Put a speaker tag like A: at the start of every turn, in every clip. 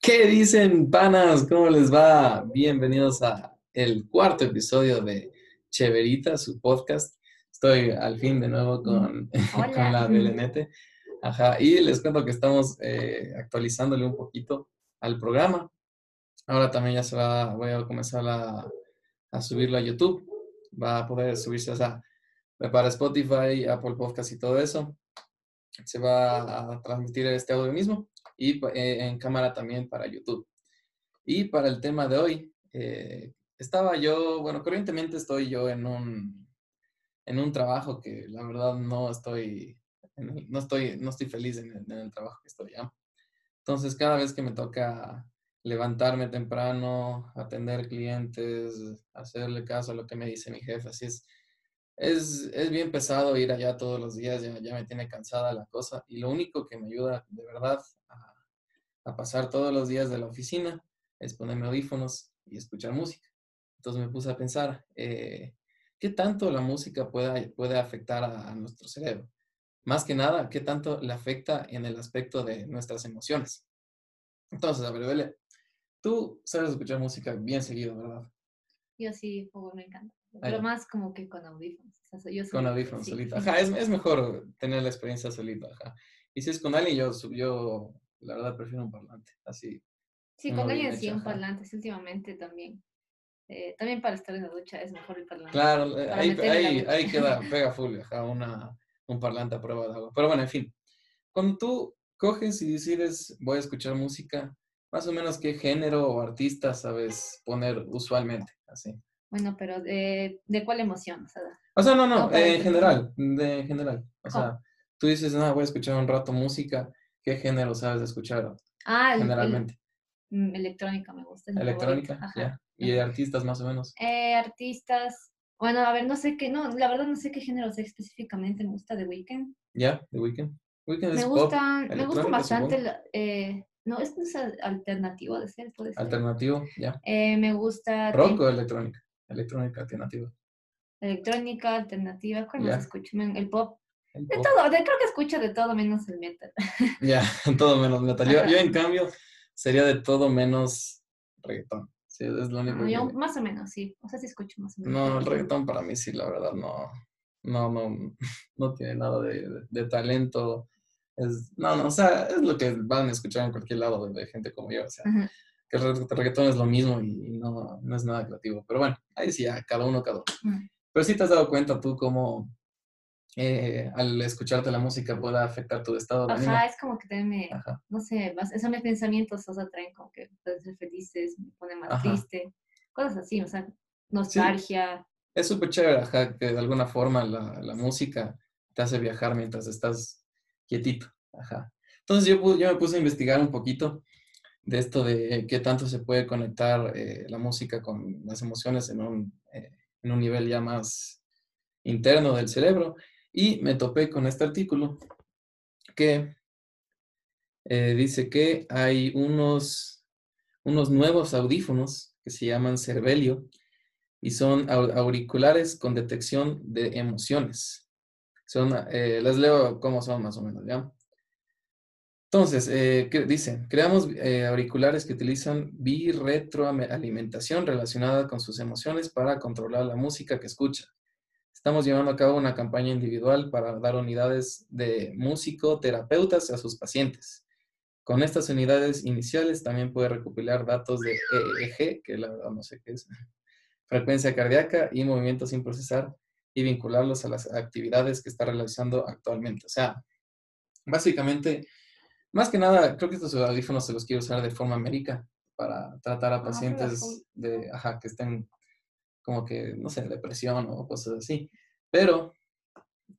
A: ¿Qué dicen, panas? ¿Cómo les va? Bienvenidos a el cuarto episodio de Cheverita, su podcast. Estoy al fin de nuevo con,
B: Hola.
A: con la Belenete. Ajá, y les cuento que estamos eh, actualizándole un poquito al programa. Ahora también ya se va, voy a comenzar a, a subirlo a YouTube. Va a poder subirse o sea, para Spotify, Apple Podcast y todo eso. Se va a transmitir este audio mismo y eh, en cámara también para YouTube. Y para el tema de hoy, eh, estaba yo, bueno, corrientemente estoy yo en un, en un trabajo que la verdad no estoy, en el- no estoy, no estoy feliz en el, en el trabajo que estoy ya. Entonces, cada vez que me toca levantarme temprano, atender clientes, hacerle caso a lo que me dice mi jefe, así es. Es, es bien pesado ir allá todos los días, ya, ya me tiene cansada la cosa y lo único que me ayuda de verdad a, a pasar todos los días de la oficina es ponerme audífonos y escuchar música. Entonces me puse a pensar, eh, ¿qué tanto la música puede, puede afectar a, a nuestro cerebro? Más que nada, ¿qué tanto le afecta en el aspecto de nuestras emociones? Entonces, a ver, Bele, tú sabes escuchar música bien seguido, ¿verdad?
B: Yo sí, fuego, me encanta.
A: Ah, ya.
B: Pero más como que con audífonos. o sea, yo
A: Con
B: solita,
A: audífonos,
B: sí.
A: solita. Ajá, es, es mejor tener la experiencia solita, ajá. Y si es con alguien, yo, su- yo la verdad prefiero un parlante, así.
B: Sí,
A: un
B: con
A: audio
B: alguien
A: hecho,
B: sí, un
A: ajá.
B: parlante, sí, últimamente también. Eh, también para estar en la ducha es mejor el parlante.
A: Claro, eh,
B: Para
A: ahí,
B: meterle la
A: ahí,
B: bulla.
A: ahí queda, pega full, ajá, una, un parlante a prueba de agua. Pero bueno, en fin, cuando tú coges y decides voy a escuchar música, más o menos qué género o artista sabes poner usualmente, así.
B: Bueno, pero eh, ¿de cuál emoción? O sea,
A: O sea, no, no,
B: No, para
A: eh, en
B: empezar.
A: general, de en general. O
B: ¿Cómo?
A: sea, tú dices, nada, voy a escuchar un rato música, ¿qué género sabes escuchar
B: ah, el- el-
A: generalmente?
B: mm, electrónica me gusta. es mi favorito,
A: Electrónica,
B: ajá.
A: ya. Y de artistas más o menos.
B: Eh, artistas. Bueno, a ver, no sé qué, no, la verdad no sé qué género sé específicamente. Me gusta The Weeknd.
A: Ya, The Weeknd. Weeknd
B: Me
A: es pop
B: gustan, me gustan
A: electrónica,
B: bastante.
A: supongo.
B: la- eh, no, es, no es al- alternativo de ser, puede ser.
A: alternativo, ya.
B: Eh, me gusta
A: Rock o electrónica. Electrónica alternativa.
B: te- electrónica, alternativa, ¿cuál
A: Ya.
B: más escucho? Men- El pop.
A: el
B: De
A: pop.
B: todo, de- creo que escucho de todo menos el metal.
A: Ya, todo menos metal. Yo,
B: Ajá.
A: yo, en cambio sería de todo menos reggaetón. Sí, es lo único que
B: Ah, Yo
A: le-
B: más o menos, sí. O sea, sí escucho más o menos.
A: No, el
B: reggaetón.
A: reggaetón para mí sí, la verdad, no, no, no, no tiene nada de, de- de talento. Es, no, no, o sea, es lo que van a escuchar en cualquier lado de, de gente como yo. O sea,
B: Ajá.
A: que el regga- reggaetón es lo mismo y, y no, no es nada creativo. Pero bueno, ahí sí, ya, cada uno, cada uno.
B: Mm.
A: Pero sí te has dado cuenta tú cómo eh, al escucharte la música pueda afectar tu estado de ánimo.
B: Ajá, es como que también me,
A: Ajá,
B: no sé, más, esos mis pensamientos, o sea, traen como que pueden ser felices, me pone más
A: Ajá.
B: triste, cosas así, o sea, nostalgia.
A: Es súper chévere, ajá, que de alguna forma la, la música te hace viajar mientras estás quietito. Ajá. Entonces yo, pu- yo me puse a investigar un poquito de esto de qué tanto se puede conectar eh, la música con las emociones en un, eh, en un nivel ya más interno del cerebro y me topé con este artículo que eh, dice que hay unos, unos nuevos audífonos que se llaman Cervelio y son au- auriculares con detección de emociones. Son, eh, les leo cómo son más o menos, ¿ya? Entonces, eh, que- dice, creamos eh, auriculares que utilizan birretroalimentación relacionada con sus emociones para controlar la música que escucha. Estamos llevando a cabo una campaña individual para dar unidades de musicoterapeutas a sus pacientes. Con estas unidades iniciales también puede recopilar datos de EEG, que la verdad no sé qué es, frecuencia cardíaca y movimientos sin procesar y vincularlos a las actividades que está realizando actualmente. O sea, básicamente, más que nada, creo que estos audífonos se los quiero usar de forma médica para tratar a
B: pero full.
A: pacientes de, ajá, que estén como que, no sé, depresión o cosas así. Pero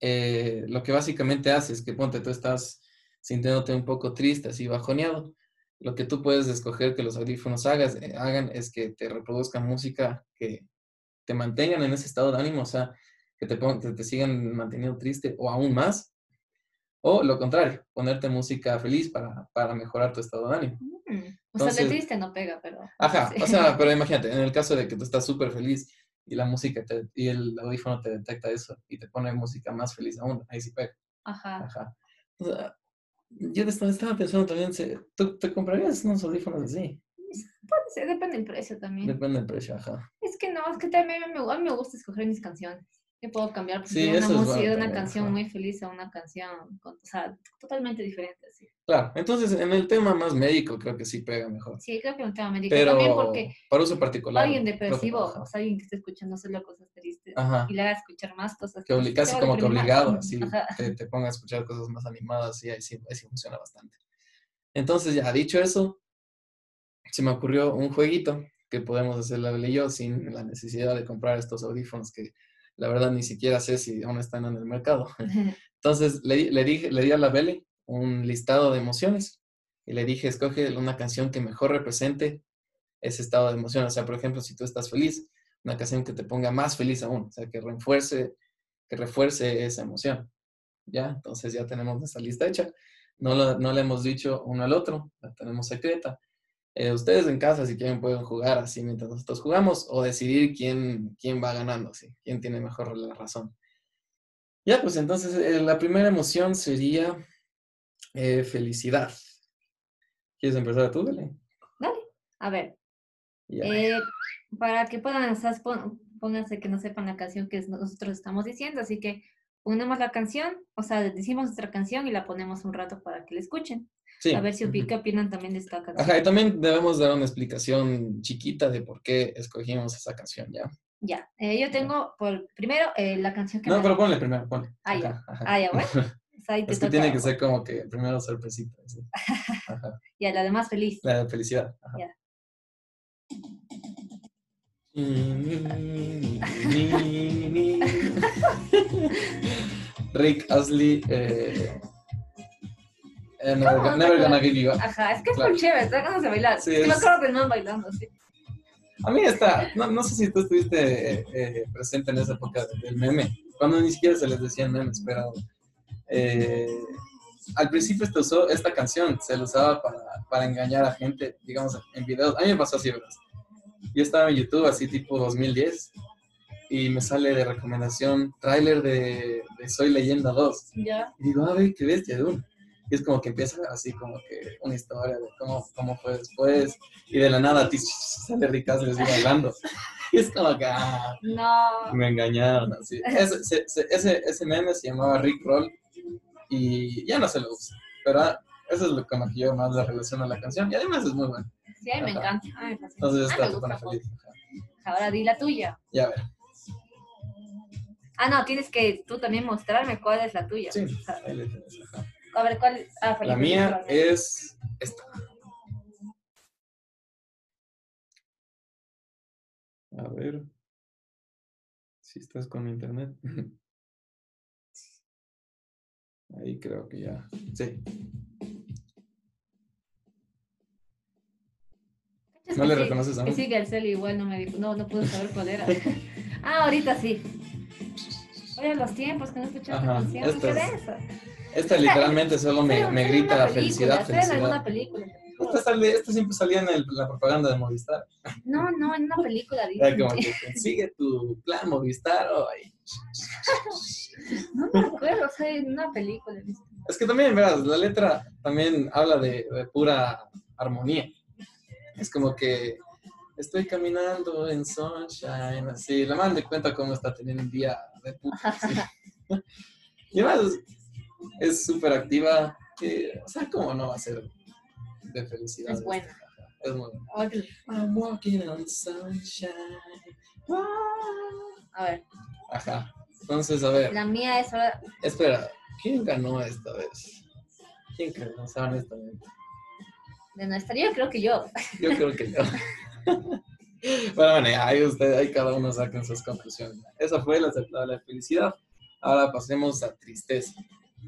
A: eh, lo que básicamente hace es que ponte, tú estás sintiéndote un poco triste, así bajoneado. Lo que tú puedes escoger que los audífonos hagas, eh, hagan es que te reproduzcan música que te mantengan en ese estado de ánimo, o sea, que te, pon- que te sigan manteniendo triste o aún más. O lo contrario, ponerte música feliz para, para mejorar tu estado de ánimo.
B: Mm. O sea,
A: Entonces-
B: de triste no pega, pero.
A: Ajá,
B: sí.
A: o sea, pero imagínate, en el caso de que tú estás súper feliz y la música te- y el audífono
B: Ah.
A: te detecta eso y te pone música más feliz aún, ahí sí pega.
B: Ajá.
A: Ajá. O sea, Yo te estaba, estaba pensando también, se- ¿tú te comprarías unos audífonos así?
B: Puede ser, depende del precio también.
A: Depende del precio, ajá.
B: Es que no, es que también me, a mí me gusta escoger mis canciones. Yo puedo cambiar pues,
A: Sí,
B: de una,
A: eso es
B: música,
A: bueno
B: de una
A: también,
B: canción
A: ajá.
B: muy feliz a una canción, con- o sea, totalmente diferente. Sí,
A: Claro, entonces en el tema más médico creo que sí pega mejor.
B: sí creo que un tema médico
A: Pero
B: también porque
A: para uso particular.
B: alguien
A: creo que no,
B: depresivo,
A: ajá.
B: o sea, alguien que está escuchando solo cosas tristes
A: Ajá.
B: y le haga escuchar más cosas.
A: Que obli-
B: tristes,
A: casi
B: se va a
A: como que
B: deprimir más.
A: obligado, así
B: Ajá.
A: te, te ponga a escuchar cosas más animadas y ahí sí, ahí sí funciona bastante. Entonces, ya dicho eso, se me ocurrió un jueguito que podemos hacer la Bel y yo sin la necesidad de comprar estos audífonos que la verdad ni siquiera sé si aún están en el mercado. Entonces le, di- le dije, le di a la Bele un listado de emociones y le dije, escoge una canción que mejor represente ese estado de emoción. O sea, por ejemplo, si tú estás feliz, una canción que te ponga más feliz aún, o sea, que refuerce, que refuerce esa emoción. Ya, entonces ya tenemos nuestra lista hecha. No, la- no le hemos dicho uno al otro, la tenemos secreta. Eh, ustedes en casa, si quieren, pueden jugar así mientras nosotros jugamos o decidir quién, quién va ganando, ¿sí? quién tiene mejor la razón. Ya, pues entonces eh, la primera emoción sería eh, felicidad. ¿Quieres empezar tú, Belén?
B: a ver,
A: Ya.
B: eh, para que puedan, o sea, pon- pónganse que no sepan la canción que es- nosotros estamos diciendo, así que ponemos la canción, o sea, decimos nuestra canción y la ponemos un rato para que la escuchen.
A: sí.
B: A ver si
A: ujú.
B: opi- qué opinan también de esta canción.
A: Ajá, y también debemos dar una explicación chiquita de por qué escogimos esa canción, ¿ya?
B: Ya, eh, yo tengo por primero eh, la canción que
A: No,
B: me-
A: pero ponle primero, ponle.
B: Ah, ya.
A: Ajá, ajá.
B: Ah, ya, bueno. o sea, ahí te
A: Es que
B: toca-
A: tiene que ser como que primero sorpresita, ¿sí? Ajá.
B: Ya, la demás feliz.
A: La de felicidad. Ajá.
B: Ya.
A: Rick Astley, eh, eh, never,
B: ¿Cómo?
A: Never Gonna Give You Up.
B: Ajá, es que es
A: Claro.
B: muy chévere, está cuando se baila.
A: Sí,
B: es que me
A: es-
B: acuerdo del man bailando, sí.
A: A mí está, no, no sé si tú estuviste eh, eh, presente en esa época del meme, cuando ni siquiera se les decían memes, pero eh, al principio esta, usó, esta canción se la usaba para, para engañar a gente, digamos, en videos. A mí me pasó así, ¿verdad? Yo estaba en YouTube, así tipo 2010, y me sale de recomendación tráiler de, de Soy Leyenda 2.
B: Ya.
A: Y digo, a ver, qué bestia, dude. Y es como que empieza así, como que una historia de cómo, cómo fue después. Y de la nada, a ti sale ricas, les bailando. Y es como que, ah,
B: No.
A: me engañaron. Así. Ese, se- se- ese, ese meme se llamaba Rick Roll y ya no se lo usa. Pero ah, eso es lo con lo que yo más le relaciono a la canción. Y además es muy bueno.
B: Sí, a mí me
A: Ajá.
B: encanta. Ay, me fascina.
A: Entonces,
B: Ah,
A: está
B: me
A: te
B: gusta
A: pone
B: mucho.
A: feliz. Ajá.
B: Ahora di la tuya.
A: Ya, a ver.
B: Ah, no, tienes que tú también mostrarme cuál es la tuya.
A: Sí,
B: O sea,
A: ahí le tienes, ajá.
B: a ver, cuál es. Ah,
A: La
B: feliz,
A: mía
B: feliz,
A: es esta. A ver. Si estás con internet. Ahí creo que ya. Sí.
B: feliz.
A: No le
B: Sí,
A: reconoces
B: Que
A: aún.
B: sí, Garcel igual no me dijo. No, no pude saber cuál era. ah, ahorita sí. Oye, los tiempos que no escuchaba esta
A: Ajá,
B: canción. ¿Qué
A: esta es-
B: de eso?
A: Esta literalmente solo
B: Sale-
A: me, me
B: sale en una
A: grita
B: película,
A: felicidad,
B: sale en
A: felicidad.
B: alguna película.
A: Esta, sale- esta siempre salía en el- la propaganda de Movistar.
B: No, no, en una película.
A: Era
B: dice.
A: como que sigue tu plan Movistar. o ahí.
B: No me acuerdo, o sea, en una película. dice.
A: Es que también, verás, la letra también habla de, de pura armonía. Es como que estoy caminando en sunshine, así. La man le cuenta cómo está teniendo un día de puta. así. y además es súper activa. y, o sea, ¿cómo no va a ser de felicidad?
B: Es buena.
A: Es muy buena.
B: Otra.
A: I'm walking on sunshine. Ah.
B: A ver,
A: Ajá. Entonces, a ver.
B: la mía es ahora.
A: Espera, ¿quién ganó esta vez? ¿Quién ganó? O sea, honestamente.
B: De nuestra, yo creo que yo.
A: Yo creo que yo. bueno, bueno, ya, ahí usted, ahí cada uno saca sus conclusiones. Esa fue la, la, la felicidad. Ahora pasemos a tristeza.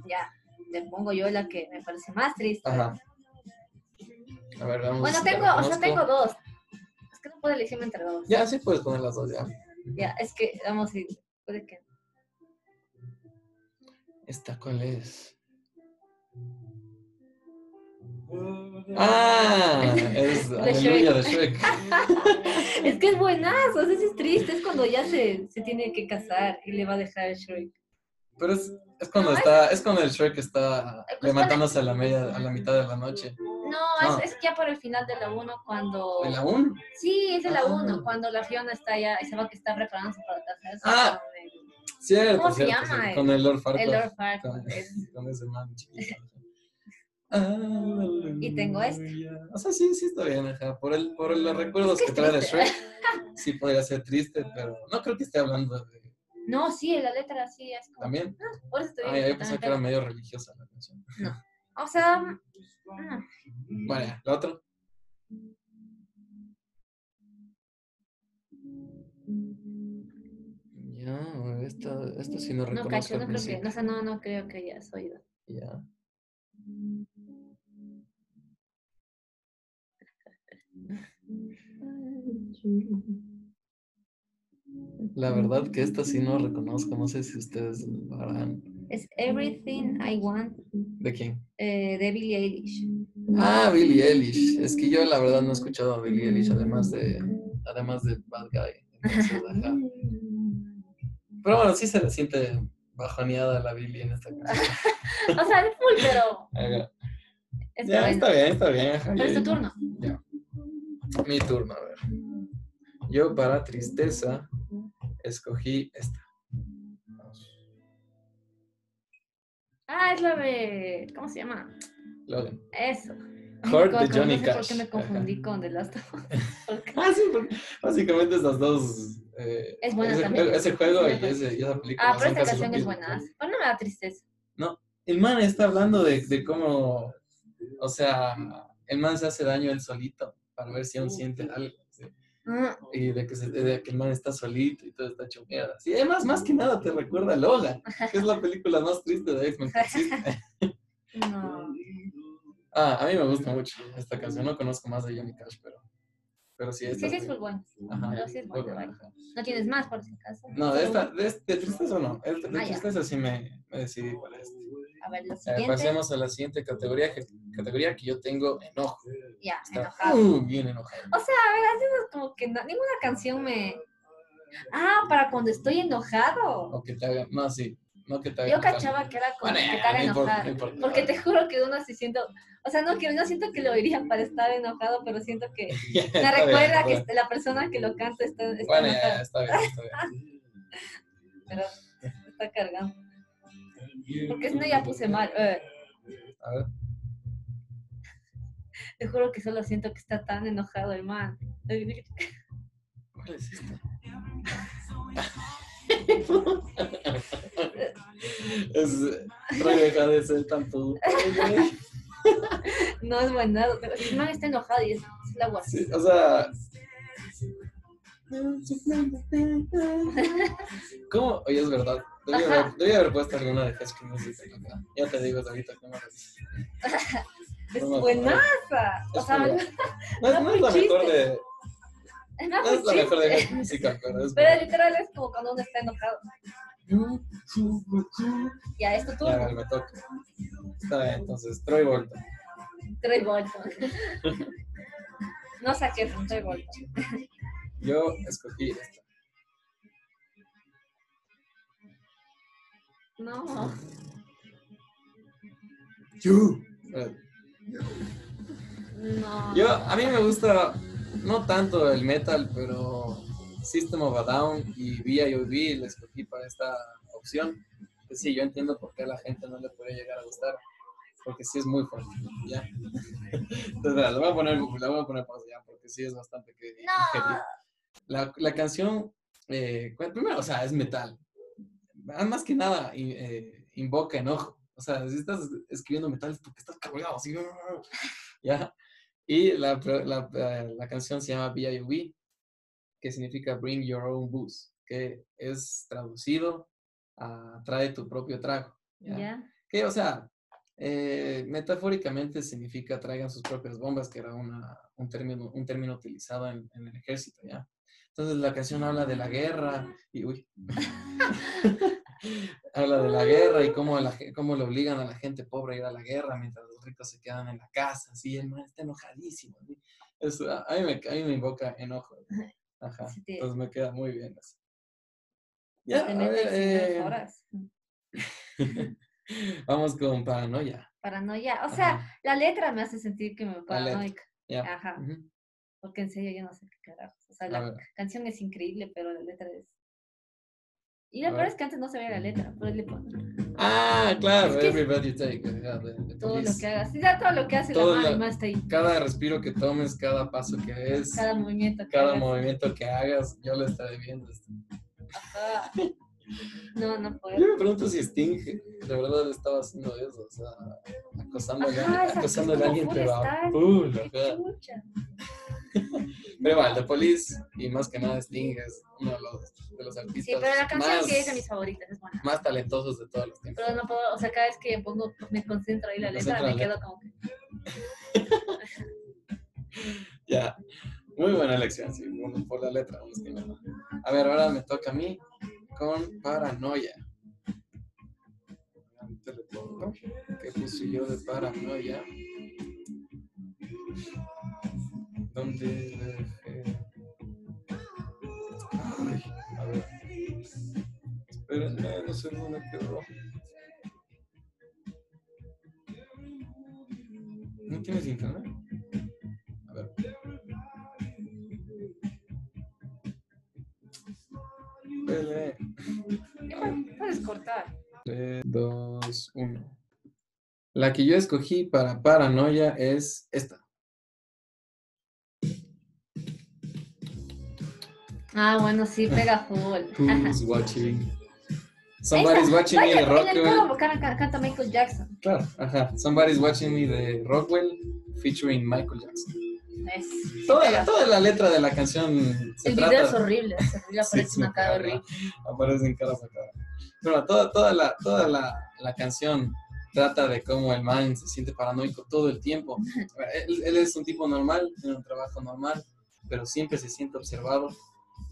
B: Ya, le pongo yo la que me parece más triste.
A: Ajá. A ver, vamos.
B: Bueno,
A: si la
B: tengo, o sea,
A: reconozco.
B: tengo dos. Es que no puedo elegirme entre dos.
A: Ya, sí puedes poner las dos, ya.
B: Ya, es que, vamos, sí, puede que.
A: ¿Esta cuál es? Ah, es
B: De
A: Aleluya de Shrek.
B: Es que es buenazo, o sea, sí es triste, es cuando ya se, se tiene que casar y le va a dejar el Shrek.
A: Pero es, es cuando
B: No,
A: está, es cuando el Shrek está
B: Pues
A: levantándose a la media, a la mitad de la noche.
B: No,
A: No.
B: es, es ya por el final de la 1 cuando...
A: ¿En la 1?
B: Sí, es de la
A: Ah.
B: 1, cuando la Fiona está ya, se va que está preparándose para casarse
A: Ah.
B: con
A: Cierto,
B: ¿Cómo se
A: cierto,
B: llama
A: sí,
B: el-
A: Con el Lord
B: el, el
A: Farquaad.
B: Lord
A: Ah.
B: Farquaad. Es-
A: Con ese man chiquito.
B: Y tengo esto.
A: Aleluya. O sea, sí, sí está bien, ajá. Por, el, por los recuerdos
B: que
A: que,
B: es
A: trae de
B: triste.
A: Shrek, sí podría ser triste, pero no creo que esté hablando de...
B: No, sí, la letra sí es como...
A: ¿También?
B: Por eso te digo
A: Ay,
B: que
A: yo pensé
B: también
A: que era medio religiosa la canción.
B: pega. O sea... mm,
A: Bueno, ya, la otra. Ya, esta, esta sí no
B: No,
A: reconozco
B: cacho,
A: al
B: no creo que...
A: principio.
B: No, o sea, no, no creo que hayas oído.
A: Ya. La verdad que esta sí no reconozco, no sé si ustedes lo harán.
B: Es Everything I Want
A: ¿De quién?
B: eh, de Billie Eilish.
A: Ah, Billie Eilish. Es que yo la verdad no he escuchado a Billie Eilish, además de, además de Bad Guy. Entonces, ajá. Pero bueno, sí se le siente bajoneada la Billie en esta canción.
B: O sea, es full, pero...
A: Ajá.
B: Es
A: Ya,
B: bueno.
A: está bien, está bien. ajá,
B: Pero es tu
A: ya.
B: turno.
A: Mi turno, a ver. Yo para tristeza escogí esta.
B: Ah, es la de... ¿Cómo se llama?
A: Logan.
B: Eso.
A: Heart
B: Ay,
A: de Johnny
B: no sé
A: Cash.
B: ¿Por qué me
A: Ajá.
B: confundí con The Last of Us? Porque-
A: Ah, sí, porque básicamente esas dos. eh,
B: Es buena
A: ese,
B: también.
A: Juego, ese juego y,
B: Buena.
A: ese- y esa película.
B: Ah,
A: son
B: pero
A: casi
B: esta
A: lo
B: canción es
A: mismo.
B: buena. Pero no me da tristeza.
A: El man está hablando de, de cómo. O sea, el man se hace daño él solito para ver si aún siente algo. ¿sí? Mm,
B: Ah,
A: Y de que, se- de que el man está solito y todo está hecho mierda. Sí, además, más que nada te recuerda a Logan, que es la película más triste de X-Men que existe.
B: No.
A: Ah, a mí me gusta mucho esta canción. No conozco más de Johnny Cash, pero. Pero sí, esta
B: Sí, sí, es
A: es
B: muy bueno.
A: Ajá.
B: Pero sí es
A: muy
B: bueno,
A: buena,
B: vale.
A: ajá.
B: No tienes más, por si acaso.
A: No, de,
B: Solo
A: esta,
B: uno.
A: de, este- de tristeza no. El-
B: Ah,
A: De
B: ya.
A: tristeza sí me, me decidí por este.
B: A ver, lo
A: Eh,
B: siguiente.
A: pasemos a la siguiente categoría, que, categoría que yo tengo enojo.
B: Ya,
A: Está
B: enojado.
A: uh, bien enojado.
B: O sea, a ver, así no es como que no- ninguna canción me... Ah, para cuando estoy enojado.
A: O que te hagan, no, sí, no que te hagan.
B: Yo cachaba que era como
A: Bueno,
B: que
A: ya,
B: estaba
A: no importa,
B: enojado.
A: no importa.
B: Porque te juro que uno se siente... O sea, no, que no siento que lo oiría para estar enojado, pero siento que
A: Ya,
B: me
A: está bien,
B: recuerda
A: está
B: que
A: bien.
B: este- la persona que lo canta está, está
A: Bueno, ya,
B: enojada,
A: ya, está bien, está bien.
B: pero se está cargando. Porque si no ya puse mal. eh,
A: A ver,
B: te juro que solo siento que está tan enojado el man.
A: ¿cuál es este? esta? es re deja de ser tan puto. güey.
B: No es buen nada, pero el man está enojado y es, es la guasa.
A: Sí, o sea. ¿Cómo? Oye, es verdad. Debí haber, debí haber puesto alguna de Hesky Music acá. Ya te digo ahorita cómo es.
B: Es
A: No me acuerdo.
B: buenaza. O
A: Es
B: sea,
A: buena.
B: es
A: No, es- no es la
B: Chiste.
A: mejor de.
B: más
A: No es la
B: un
A: mejor de
B: chiste.
A: Hesky Music, pero es.
B: Pero literal es como cuando uno está enojado. Ya, es tu
A: Ya,
B: turno.
A: vale, me toca. Está bien, entonces, Troy Bolton.
B: Tres voltos. No saqué un tres voltos.
A: Yo escogí esta.
B: No.
A: You.
B: No.
A: Yo, a mí me gusta, no tanto el metal, pero System of a Down y B.I.O.B. la escogí para esta opción. Pues sí, yo entiendo por qué a la gente no le puede llegar a gustar, porque sí es muy fuerte, ¿ya? Entonces, la voy a poner, la voy a poner pausa ya, porque sí es bastante que...
B: No.
A: La, la canción, eh, cu- primero, o sea, es metal. Ah, Más que nada, in- eh, invoca enojo. O sea, si estás escribiendo metal es porque estás cabreado, así. ¿Ya? Y la, pro- la, eh, la canción se llama B.I.O.B., que significa Bring Your Own Booze, que es traducido a Trae tu propio trago. ¿ya?
B: Ya.
A: Que, o sea, eh, metafóricamente significa traigan sus propias bombas, que era una, un, término, un término utilizado en, en el ejército, ¿ya? Entonces la canción habla de la guerra y, uy, habla de la guerra y cómo, la, ge- cómo le obligan a la gente pobre a ir a la guerra mientras los ricos se quedan en la casa, así, el man está enojadísimo. así. Eso, a, a mí me, a mí me invoca enojo. Ajá,
B: Sí, te-
A: entonces me queda muy bien. así.
B: Ya,
A: Ya, a ver, eh,
B: horas.
A: Vamos con paranoia.
B: Paranoia. O sea,
A: Ajá,
B: la letra me hace sentir que me paranoica.
A: ya.
B: Ajá.
A: Ujú.
B: Porque en serio yo no sé qué carajos. O sea,
A: A
B: Ah, la
A: ver.
B: canción es increíble, pero la letra es. Y la
A: A
B: peor
A: ver.
B: es que antes no se veía la letra, pero le ponen
A: Ah, claro,
B: mm, Es que-
A: everybody take. ajá, de- de
B: todo lo
A: Police.
B: que hagas. Ya todo lo que hace
A: Todo
B: la
A: lo-
B: mamá está ahí.
A: Cada respiro que tomes, cada paso que des,
B: Cada movimiento. que
A: cada
B: hagas.
A: movimiento que hagas, yo lo estaré viendo. este,
B: Ajá. Ah. No, no
A: Yo
B: puedo.
A: me pregunto si Sting de verdad estaba haciendo eso, o sea, acosando a
B: Ajá,
A: alguien,
B: esa-
A: acosando
B: es
A: a
B: como
A: alguien,
B: full
A: pero a
B: stalk.
A: full,
B: Qué
A: ajá.
B: chucha.
A: Pero bueno, The Police y más que nada Sting es uno de los, de los artistas
B: Sí, pero la canción
A: más,
B: sí es de mis favoritas, es buena.
A: más talentosos de todos los tiempos.
B: Pero no puedo, o sea, cada vez que pongo, me concentro ahí
A: Me
B: la letra,
A: concentro
B: me
A: en la
B: quedo como que.
A: Ya, muy buena elección, sí, por- por la letra, más que nada. A ver, ahora me toca a mí con Paranoia. Ahorita le pongo, ¿Qué puse yo de Paranoia? ¿Dónde la dejé? Ay, a ver. Espérenme, no sé dónde quedó. ¿No tienes internet? A ver. Pele.
B: "Ya, pues, Puedes cortar.
A: 3, 2, 1. La que yo escogí para paranoia es esta.
B: Ah, bueno, sí, pega full.
A: Who's watching? Somebody's watching me de Rockwell.
B: ¿Cómo canta, canta Michael Jackson?
A: Claro, ajá. Somebody's watching me de Rockwell featuring Michael Jackson.
B: Es, sí
A: Toda
B: pega.
A: la, toda la letra de la canción se
B: el
A: trata.
B: video es horrible, es horrible,
A: Sí,
B: parece
A: sí,
B: una cara
A: claro.
B: horrible.
A: aparecen caras a cara. Bueno, toda, toda, la, toda la, la canción trata de cómo el man se siente paranoico todo el tiempo. Él, él es un tipo normal, tiene un trabajo normal, pero siempre se siente observado.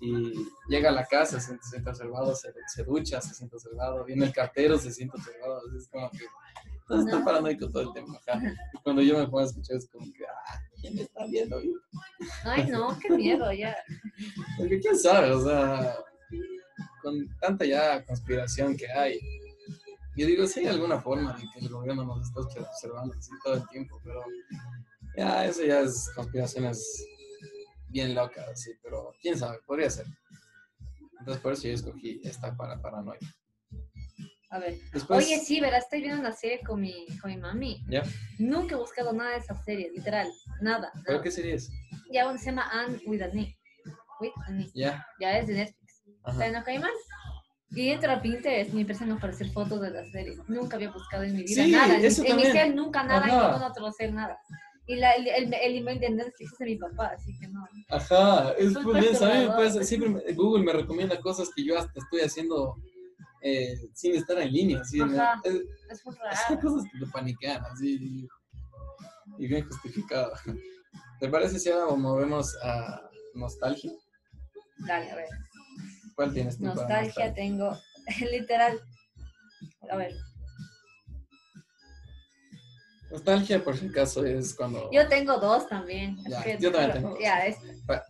A: Y llega a la casa, se, se siente observado, se, se ducha, se siente observado, viene el cartero, se siente observado. Es como que entonces está
B: No.
A: paranoico todo el tiempo. ajá. Y cuando yo me pongo a escuchar es como que, ah, ¿quién me está viendo? ahorita?"
B: Ay, no, qué miedo, ya.
A: Porque quién sabe, o sea, con tanta ya conspiración que hay, yo digo, sí hay alguna forma de que el gobierno nos está obs- observando así todo el tiempo, pero ya eso ya es conspiraciones bien locas, sí, pero quién sabe, podría ser. Entonces por eso yo escogí esta para paranoia.
B: A ver.
A: Después,
B: Oye, sí, verás, estoy viendo una serie con mi, con mi mami.
A: Pues- ya,
B: Nunca he buscado nada de esa serie, literal. Nada.
A: ¿pero
B: nada.
A: qué serie es?
B: Ya bueno, se llama Anne with a Knee. With a Knee.
A: Ya,
B: Ya es de Netflix.
A: ajá.
B: ¿Sabes no cae más? Y entro a Pinterest, me empiezan a aparecer fotos de las series. Nunca había buscado en mi vida
A: Sí,
B: nada. En, mi-
A: eso
B: en mi
A: también.
B: cel nunca nada,
A: Ajá.
B: en ningún otro cel nada. Y la- el, el, el email de Netflix es de mi papá, así que no.
A: Ajá, es
B: Soy
A: muy bien, a mí me
B: perturbadora.
A: pasa, siempre me- Google me recomienda cosas que yo hasta estoy haciendo eh, sin estar en línea, así, me-
B: Ajá.
A: es-
B: Es muy
A: Son
B: raro.
A: cosas que te paniquean, así, y- y bien justificado. ¿Te parece si ahora movemos a nostalgia?
B: Dale, a ver.
A: ¿Cuál tienes tú? para
B: Nostalgia tengo, literal. A ver,
A: Nostalgia, por si acaso, es cuando...
B: yo tengo dos también.
A: Ya,
B: así que
A: yo también tengo dos.
B: Ya, esta.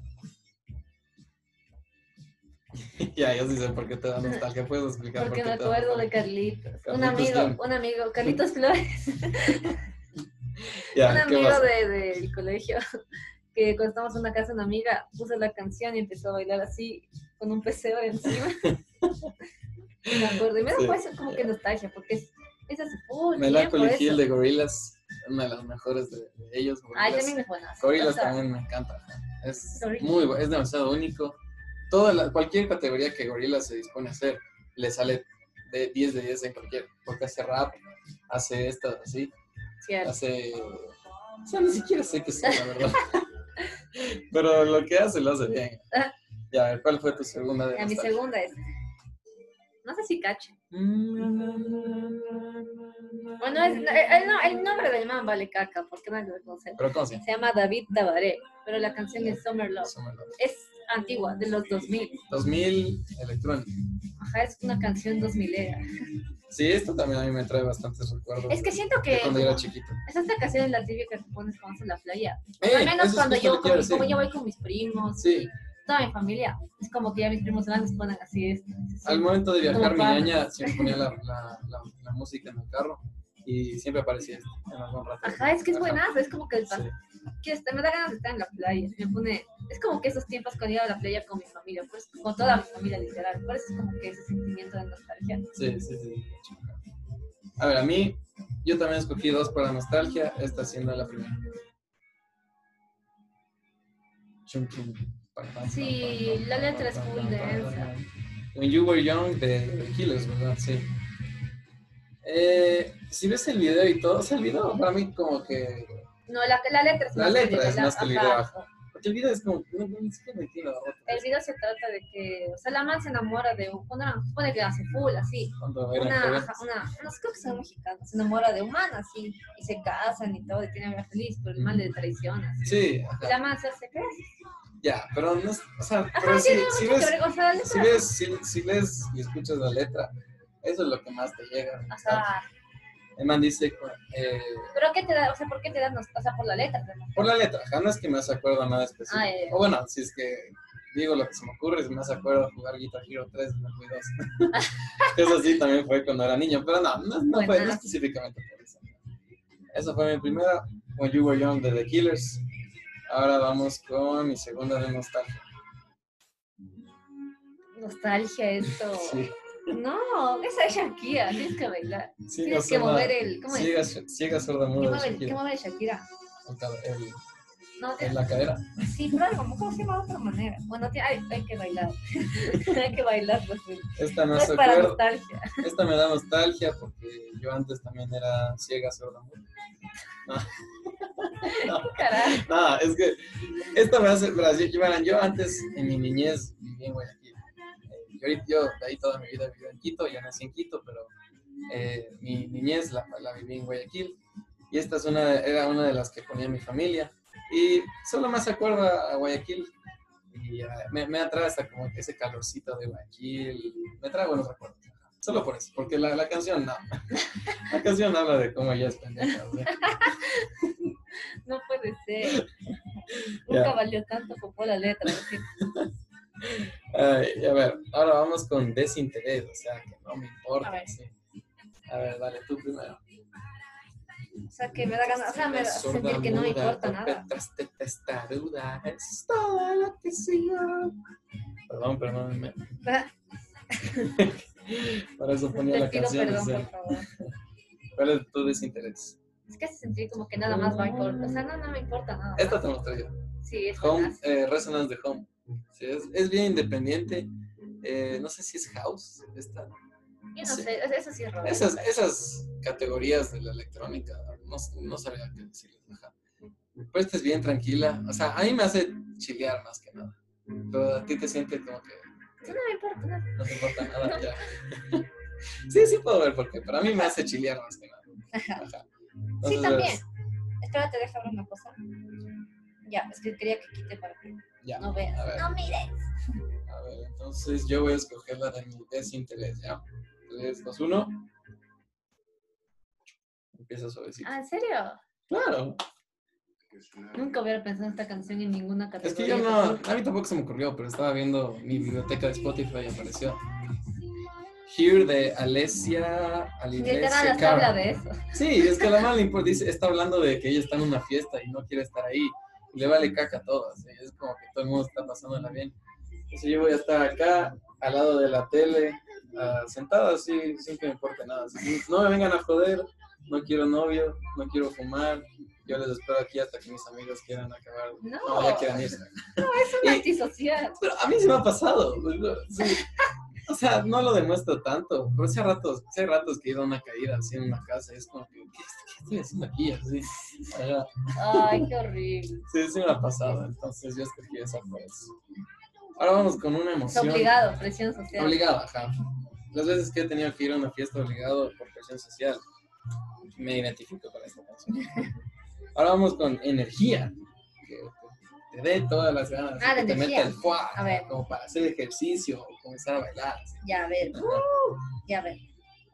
A: ya, yo sí sé por qué te da nostalgia. ¿Puedes explicar
B: Porque
A: por
B: me
A: qué te da
B: acuerdo de
A: nostalgia?
B: Carlitos. Un
A: Carlitos
B: amigo,
A: Slim.
B: un amigo, Carlitos Flores.
A: Ya,
B: un
A: ¿qué
B: amigo
A: pasa?
B: de- del colegio que cuando estábamos en una casa de una amiga puso la canción y empezó a bailar así con un peseo encima. Y me acuerdo. Y me da
A: Sí.
B: pues, como que nostalgia, porque es, es hace full tiempo
A: Melancholy
B: eso.
A: Hill de Gorillaz, una de las mejores de, de ellos.
B: Ay,
A: Gorillaz.
B: también es buena.
A: Gorillaz
B: O sea,
A: también me encanta. Es
B: Gorillaz.
A: muy bu- es demasiado único. Toda la- cualquier categoría que Gorillaz se dispone a hacer, le sale de 10 de 10 en cualquier, porque hace rap, hace esto, así,
B: cierto.
A: hace... O sea, ni siquiera sé qué es, la verdad. Pero lo que hace, lo hace bien. Ya, a ver, ¿cuál fue tu segunda de
B: Ya, Ah. mi
A: nostalgia?
B: segunda es. No sé si cacho. Bueno, es, Oh, no, el, no, el nombre del man vale caca, porque nadie lo conoce.
A: ¿Pero cómo se llama?
B: Se llama David Tabaré, pero la canción es Summer Love.
A: Eso me lo-
B: Es antigua, de los 2000.
A: 2000 electrónico.
B: Ajá, es una canción 2000 era.
A: Sí, esto también a mí me trae bastantes recuerdos.
B: Es que siento
A: de
B: que
A: cuando era chiquito.
B: esa esta canción es la típica que pones cuando vas a la playa.
A: Eh,
B: al menos
A: eso es
B: cuando
A: justo lo que quiero
B: yo, como, como
A: decir.
B: yo voy con mis primos.
A: Sí.
B: Sí. toda mi familia, es como que ya mis primos grandes ponen así. este, Es, es-
A: Al momento de viajar,
B: Como
A: mi
B: pan.
A: ñaña siempre ponía la, la- la- la música en el carro y siempre aparecía esto en algún rato.
B: Ajá, es que es
A: Ajá.
B: buenazo, es como que el
A: Sí.
B: que hasta me da ganas de estar en la playa. Me pone, es como que esos tiempos cuando iba a la playa con mi familia, pues con toda mi familia literal. Por eso es como que ese sentimiento de nostalgia.
A: Sí, sí, sí. A ver, a mí, yo también escogí dos para nostalgia, esta siendo la primera. Chum, chum, pam, pam, pam,
B: Sí,
A: pam,
B: la
A: pam,
B: letra
A: pam,
B: es
A: pam,
B: full
A: pam, pam,
B: densa.
A: pam. When You Were Young de The Killers, ¿verdad? Sí. Eh, si ves el video y todo, o sea, el video para mí como que...
B: No, la, la letra es
A: La
B: más que
A: letra es
B: la-
A: más que el
B: ajá.
A: Porque el video es como... No, no, ni siquiera me entiendo la ropa.
B: El video se trata de que, o sea, la man se enamora de un- una, supone que hace full, así.
A: Cuando eran
B: Una,
A: jóvenes.
B: ajá, una, unos creo que son mexicanos, se enamora de un man así, y se casan y todo, y tienen una vida feliz, pero el man le traiciona. así.
A: Sí,
B: Y
A: ajá,
B: la man se hace, ¿qué?
A: ya, pero no es... O sea, pero
B: Ajá,
A: si,
B: tiene
A: si
B: mucho que
A: ves...
B: ver, o sea, la letra,
A: si ves, si, si lees y escuchas la letra, eso es lo que más te llega.
B: o sea,
A: El man dice, eh,
B: pero ¿qué te da, o sea, por qué te da, nos- o sea, por la letra, ¿no?
A: por la letra, ajá, no es que me hace acuerdo a nada específico.
B: Ah, ya, ya.
A: O bueno, si es que digo lo que se me ocurre, si me hace acuerdo a jugar Guitar Hero 3 en el Play 2. eso sí también fue cuando era niño, pero no, no, no fue no
B: Buenazo.
A: específicamente por eso. Esa fue mi primera, When You Were Young de The Killers. Ahora vamos con mi segunda de nostalgia.
B: Nostalgia esto.
A: Sí,
B: No, esa es Shakira, tienes que bailar.
A: sí,
B: tienes que mover el. ¿Cómo es?
A: Ciega, ciega sorda
B: ¿Qué
A: muda de
B: mueve, el- qué
A: Shakira.
B: mueve Shakira?
A: El cab- el-
B: No,
A: en la cadera.
B: sí, pero algo, ¿cómo se llama de otra manera? Bueno, ti- hay, hay que bailar. hay que bailar, pues sí.
A: Esta me
B: No
A: hace
B: es para
A: acuerdo-
B: nostalgia.
A: esta me da nostalgia porque yo antes también era ciega sorda muda.
B: ¿Qué carajo?
A: Nada, es que esta me hace, verás, yo, yo- verán, yo antes en mi niñez viví en Guayaquil. Eh, Yo, ahorita- yo de ahí toda mi vida viví en Quito, yo nací en Quito, pero eh, mi niñez la, la viví en Guayaquil. Y esta es una, era una de las que ponía mi familia. Y solo me hace acuerdo a, a Guayaquil. Y ah, me, me atrae hasta como que ese calorcito de Guayaquil. Me trae buenos recuerdos. Solo por eso, porque la, la canción no. La canción habla de cómo ella es pendeja. o sea.
B: No puede ser.
A: Ya.
B: Nunca valió tanto como la letra. ¿no? Sí.
A: Ay, a ver, ahora vamos con desinterés, o sea, que no me importa.
B: A ver.
A: sí. A ver, dale tú primero.
B: O sea, que me da ganas, o sea, me da sentir que no me importa nada.
A: Te testaruda, es todo lo que sigo. Perdón, perdón, me- para eso ponía
B: Te
A: la
B: pido
A: canción. o
B: perdón,
A: sea,
B: por favor.
A: ¿Cuál es tu desinterés?
B: Es que hace sentir como que nada más va a importar. O sea, no, no me importa nada. más.
A: Esta te mostré yo.
B: Sí, es
A: Home,
B: buenazo.
A: eh, Resonance de Home. Sí, es, es bien independiente. eh, no sé si es House. Esta.
B: Yo no
A: sí.
B: sé, eso sí es robo.
A: Esas, esas categorías de la electrónica, no, no sabría qué decirles. Ajá. Pero esta es bien tranquila. O sea, a mí me hace chilear más que nada. Pero a ti te sientes como que
B: Sí, no me importa nada.
A: no te importa nada ya. sí, sí puedo ver por qué, pero a mí me hace chilear más que nada. Ajá. Entonces,
B: también.
A: verás,
B: Espérate, déjame ver una cosa. Ya, es que quería que quite para que
A: Ya.
B: no veas.
A: A ver.
B: No mire.
A: A ver, entonces yo voy a escoger la de mi desinterés, ¿ya? 3, 2, 1. Empieza suavecito.
B: Ah, ¿en serio?
A: Claro.
B: Nunca hubiera pensado en esta canción en ninguna
A: Es
B: categoría.
A: que yo no, a mí tampoco se me ocurrió, pero estaba viendo mi biblioteca de Spotify y apareció Here de Alessia,
B: Literal,
A: Alilesia
B: hasta habla
A: Cara.
B: de eso.
A: Sí, es que a la mala le importa, dice, está hablando de que ella está en una fiesta y no quiere estar ahí. Y le vale caca a todas, ¿eh? es como que todo el mundo está pasándola bien. Entonces yo voy a estar acá, al lado de la tele, ah, sentada así, sin que me importe nada. Así, no me vengan a joder, no quiero novio, no quiero fumar. Yo les espero aquí hasta que mis amigos quieran acabar.
B: No,
A: No, ya quieran irse.
B: es antisocial.
A: Pero a mí se me ha pasado. sí. O sea, no lo demuestro tanto, pero sí hay ratos, sí hay ratos que he ido a una caída así en una casa y es como que, ¿qué, qué estoy haciendo aquí? Así. Ajá.
B: Ay, qué horrible.
A: Sí, sí me ha pasado, entonces yo escogí esa pues. Ahora vamos con una
B: Es
A: emoción.
B: obligado, presión social.
A: Obligada, ajá. Las veces que he tenido que ir a una fiesta obligado por presión social, me identifico con esta canción. Ahora vamos con energía. Que te dé todas las ganas.
B: Ah,
A: que
B: de
A: te meta
B: energía.
A: el fuá,
B: A ver.
A: Como para hacer ejercicio o comenzar a bailar. así.
B: Ya, a ver,
A: Ajá.
B: ya, a ver.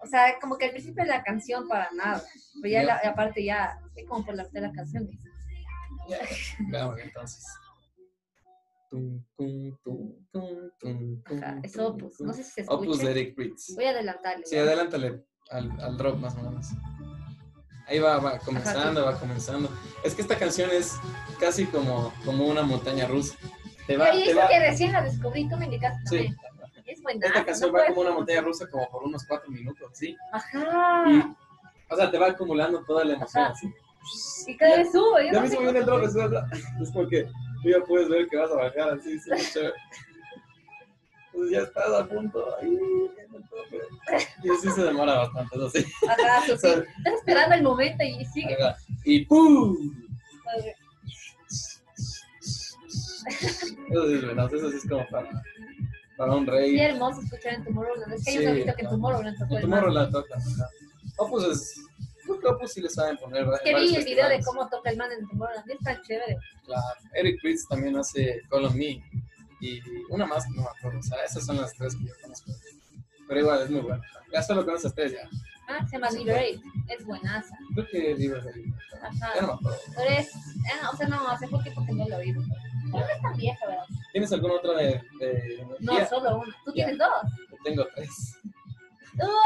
B: O sea, como que al principio de la canción para nada. Pero ya,
A: Ya.
B: la- aparte ya, es como por la mitad de la canción.
A: Ya, veamos entonces. Tu, tum, tum, tum, tum, tum,
B: Ajá,
A: tum,
B: es
A: tum,
B: Opus.
A: tum.
B: No sé si se escucha.
A: Opus de Eric Prydz.
B: Voy a adelantarle.
A: Sí,
B: ya.
A: adelántale al, al drop más o menos. Ahí va, va comenzando, va comenzando. Es que esta canción es casi como, como una montaña rusa. Te va,
B: Pero yo
A: te
B: hice
A: va.
B: que ah, recién la descubrí, tú me indicaste
A: Sí.
B: también. Es buena.
A: Esta canción va como una montaña rusa como por unos cuatro minutos, ¿sí? Y,
B: Ajá.
A: o sea, te va acumulando toda la emoción
B: Ajá.
A: así.
B: Y cada vez subo. Yo
A: Ya
B: no
A: me
B: sé
A: viene el
B: cómo-
A: drop, es verdad. Es porque tú ya puedes ver que vas a bajar así, sí, es chévere. Pues ya estás a punto. Ay, viene el tope. Y así se demora bastante, eso sí.
B: Ajá, sí,
A: O sea,
B: sí. Estás esperando el momento y sigue.
A: ajá. Y ¡pum! Eso sí es veloz, eso sí es como para, para un
B: Qué
A: rey.
B: hermoso escuchar en Tomorrowland. Es que
A: Sí,
B: ellos han visto que en
A: ajá.
B: Tomorrowland tocó
A: En
B: el
A: Tomorrow
B: mango.
A: la tocan. ajá. Opus pues, es. Creo que Opus sí le saben poner. va-
B: Es que
A: en
B: vi
A: varios
B: el video de
A: festivales.
B: cómo toca el man en Tomorrowland. Es tan chévere.
A: Claro. Eric Prydz también hace Call on Me. Y una más, no me acuerdo. O sea, esas son las tres que yo conozco. Pero igual, es muy bueno. Ya solo con esas tres, ya.
B: Ah, se llama Liberate. Es buenaza.
A: Creo que River de Ya no
B: Ajá.
A: me acuerdo.
B: Pero es. ah, no, o sea, no, hace poco tiempo que no lo he oído. Pero no es tan vieja, ¿verdad?
A: ¿Tienes alguna otra de.? de
B: No,
A: energía?
B: solo una. Tú
A: Ya.
B: tienes dos.
A: Tengo tres.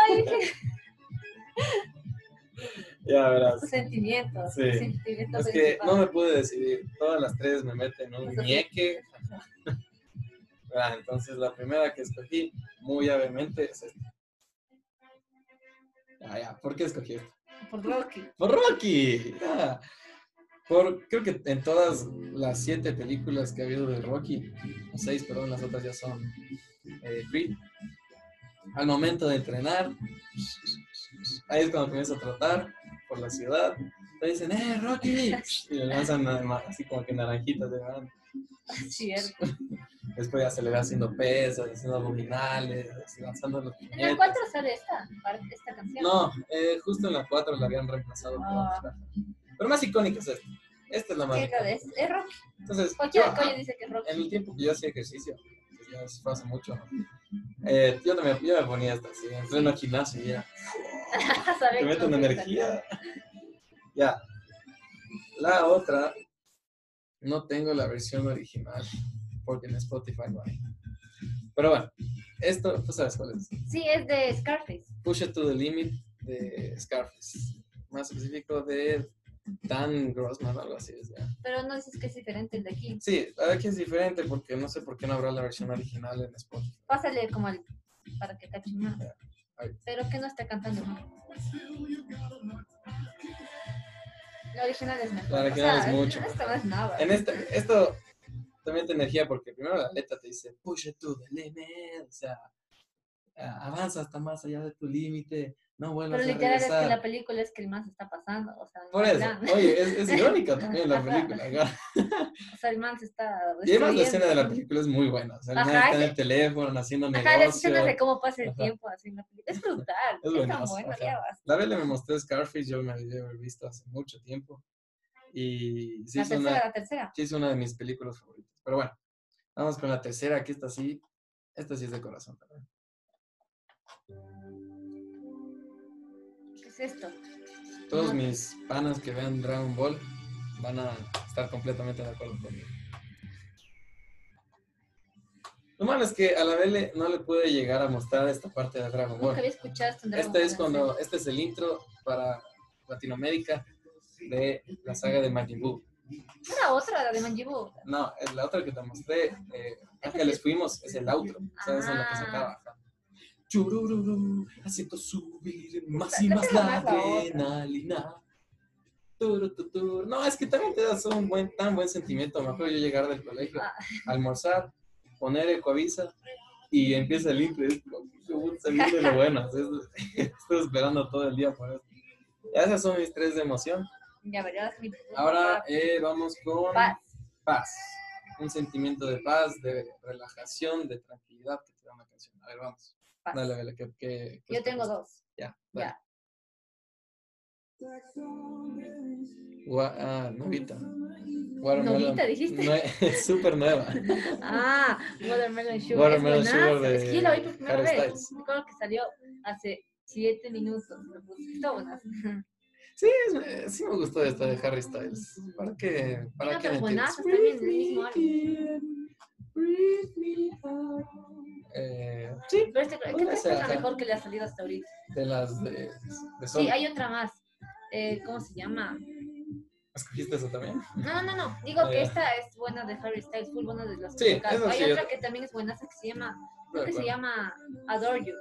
B: Ay,
A: Ya verás.
B: tus sentimientos.
A: Sí.
B: tus sentimientos
A: Es que
B: principales.
A: no me pude decidir. Todas las tres me meten un
B: Eso sí.
A: ñeque. Ah, entonces la primera que escogí, muy obviamente, es esta. Ah, ya. ¿Por qué escogí esta?
B: Por Rocky.
A: Por Rocky. Ah. Por, creo que en todas las siete películas que ha habido de Rocky, o seis, perdón, las otras ya son eh, Creed. Al momento de entrenar, ahí es cuando comienza a trotar por la ciudad. Le dicen, ¡eh, Rocky! Y le lanzan na- na- así como que naranjitas de van.
B: Cierto.
A: Después ya se le va haciendo pesas, haciendo abdominales, así lanzando los
B: En la
A: puñetes.
B: 4 sale esta, parte- esta canción.
A: No, eh, justo en la 4 la habían reemplazado. por
B: Ah.
A: otra. Pero más icónica es esta. Esta es la más.
B: ¿Qué es la
A: icónica.
B: de es? Pues Es Rocky.
A: Entonces, yo,
B: Cualquier coño dice que es Rocky.
A: en el tiempo que yo hacía ejercicio, que ya es- fue hace mucho, ¿no? Eh, yo también yo me ponía esta, así, entreno al gimnasio y ya.
B: Ah, Sabe
A: Te
B: que
A: meten
B: no me
A: energía. Ya. La otra, no tengo la versión original, porque en Spotify no hay. Pero bueno, esto, tú sabes cuál es.
B: gusta. Sí, es de Scarface.
A: Push It to the Limit de Scarface. Más específico de Dan Grossman, algo así. es, ya.
B: Pero no dices que es diferente el de aquí.
A: Sí, la verdad que es diferente porque no sé por qué no habrá la versión original en Spotify.
B: Pásale como al. para que cachen más.
A: Ahí.
B: Pero que no está cantando más. La original es mejor.
A: La original
B: O sea,
A: es mucho
B: Esta no es nada.
A: En este, esto también te energía porque primero la letra te dice Push It to the Limit, o sea, a- avanza hasta más allá de tu límite, no
B: Pero
A: vuelvas a
B: literal es que
A: regresar.
B: la película es que el man se está pasando. O sea,
A: Por
B: el
A: eso,
B: man-
A: oye, es, es irónica también la
B: Ajá.
A: película. ajá.
B: O sea, el man se está.
A: Y además la
B: destruyendo.
A: escena de la película es muy buena. O sea, el
B: Ajá,
A: man está en
B: ese-
A: el teléfono haciendo
B: Ajá, las
A: negocios.
B: escenas de cómo pasa el
A: Ajá.
B: tiempo así en la película. Es brutal.
A: Es
B: Es, tan
A: buenazo,
B: bueno,
A: ajá.
B: ya vas.
A: La Bella me mostró Scarface, yo me la he visto hace mucho tiempo. Y sí
B: La
A: es,
B: tercera,
A: una,
B: la tercera.
A: sí es una de mis películas favoritas. Pero bueno, vamos con la tercera, que esta sí, esta sí es de corazón también.
B: ¿Qué es esto?
A: Todos
B: Ajá.
A: mis panas que vean Dragon Ball van a estar completamente de acuerdo conmigo. Lo malo es que a la Belle no le pude llegar a mostrar esta parte de Dragon
B: Nunca
A: Ball.
B: había escuchado esto en Dragon
A: Este es
B: Ball,
A: cuando, este es el intro para Latinoamérica de la saga de Majin Buu.
B: ¿no? Era otra, la de Manjibu.
A: No, es la otra que te mostré, eh, la que les fuimos, es el outro, ¿sabes? En la que se
B: Ah.
A: acaba. ajá. Churururu, haciendo subir más
B: Puta,
A: y
B: creo
A: más
B: que era
A: la
B: más la otra.
A: adrenalina. Turu, tu, tu. No, es que también te das un buen, tan buen sentimiento. Me acuerdo yo llegar del colegio,
B: Ah.
A: almorzar, poner Ecoavisa y empieza el intro. Es como, "Uy, se viene lo bueno. es- Estoy esperando todo el día por esto. Ya Esas son mis tres de emoción.
B: Ya verás. mi-
A: Ahora eh, vamos con
B: Paz.
A: paz. Un sentimiento de paz, de relajación, de tranquilidad que te da una canción. A ver, vamos.
B: Paz.
A: Dale, pues, Bela, que, que- que-
B: Yo tengo dos.
A: Ya, dale.
B: Ya.
A: Gua- ah, novita. Watermelon.
B: ¿Novita dijiste?
A: Nue- súper nueva.
B: Ah, Watermelon Sugar.
A: Watermelon
B: es
A: Sugar
B: buenaza.
A: de
B: Es que yo la vi por primera
A: Harry
B: vez.
A: Styles.
B: Me acuerdo que salió hace siete minutos. Lo puse. Está buenaza.
A: Sí, es- sí me gustó esta de Harry Styles. ¿Para qué? ¿Para
B: Tiene
A: qué mentir?
B: otras buenazas también en el mismo álbum.
C: Leave me alone.
A: Eh, sí,
B: Pero este, creo que
A: Puede
B: esta es
A: ser,
B: la
A: ajá.
B: mejor que le ha salido hasta ahorita.
A: de las de, de Sony.
B: Sí, hay otra más. Eh, ¿Cómo se llama?
A: ¿Escogiste eso también?
B: No, no, no. Digo que
A: Eh.
B: esta es buena de Harry Styles, full buena de las
A: Sí,
B: musicales.
A: eso sí,
B: Hay
A: yo-
B: otra que también es buena, esa que se llama, creo que
A: Bueno,
B: se llama Adore You.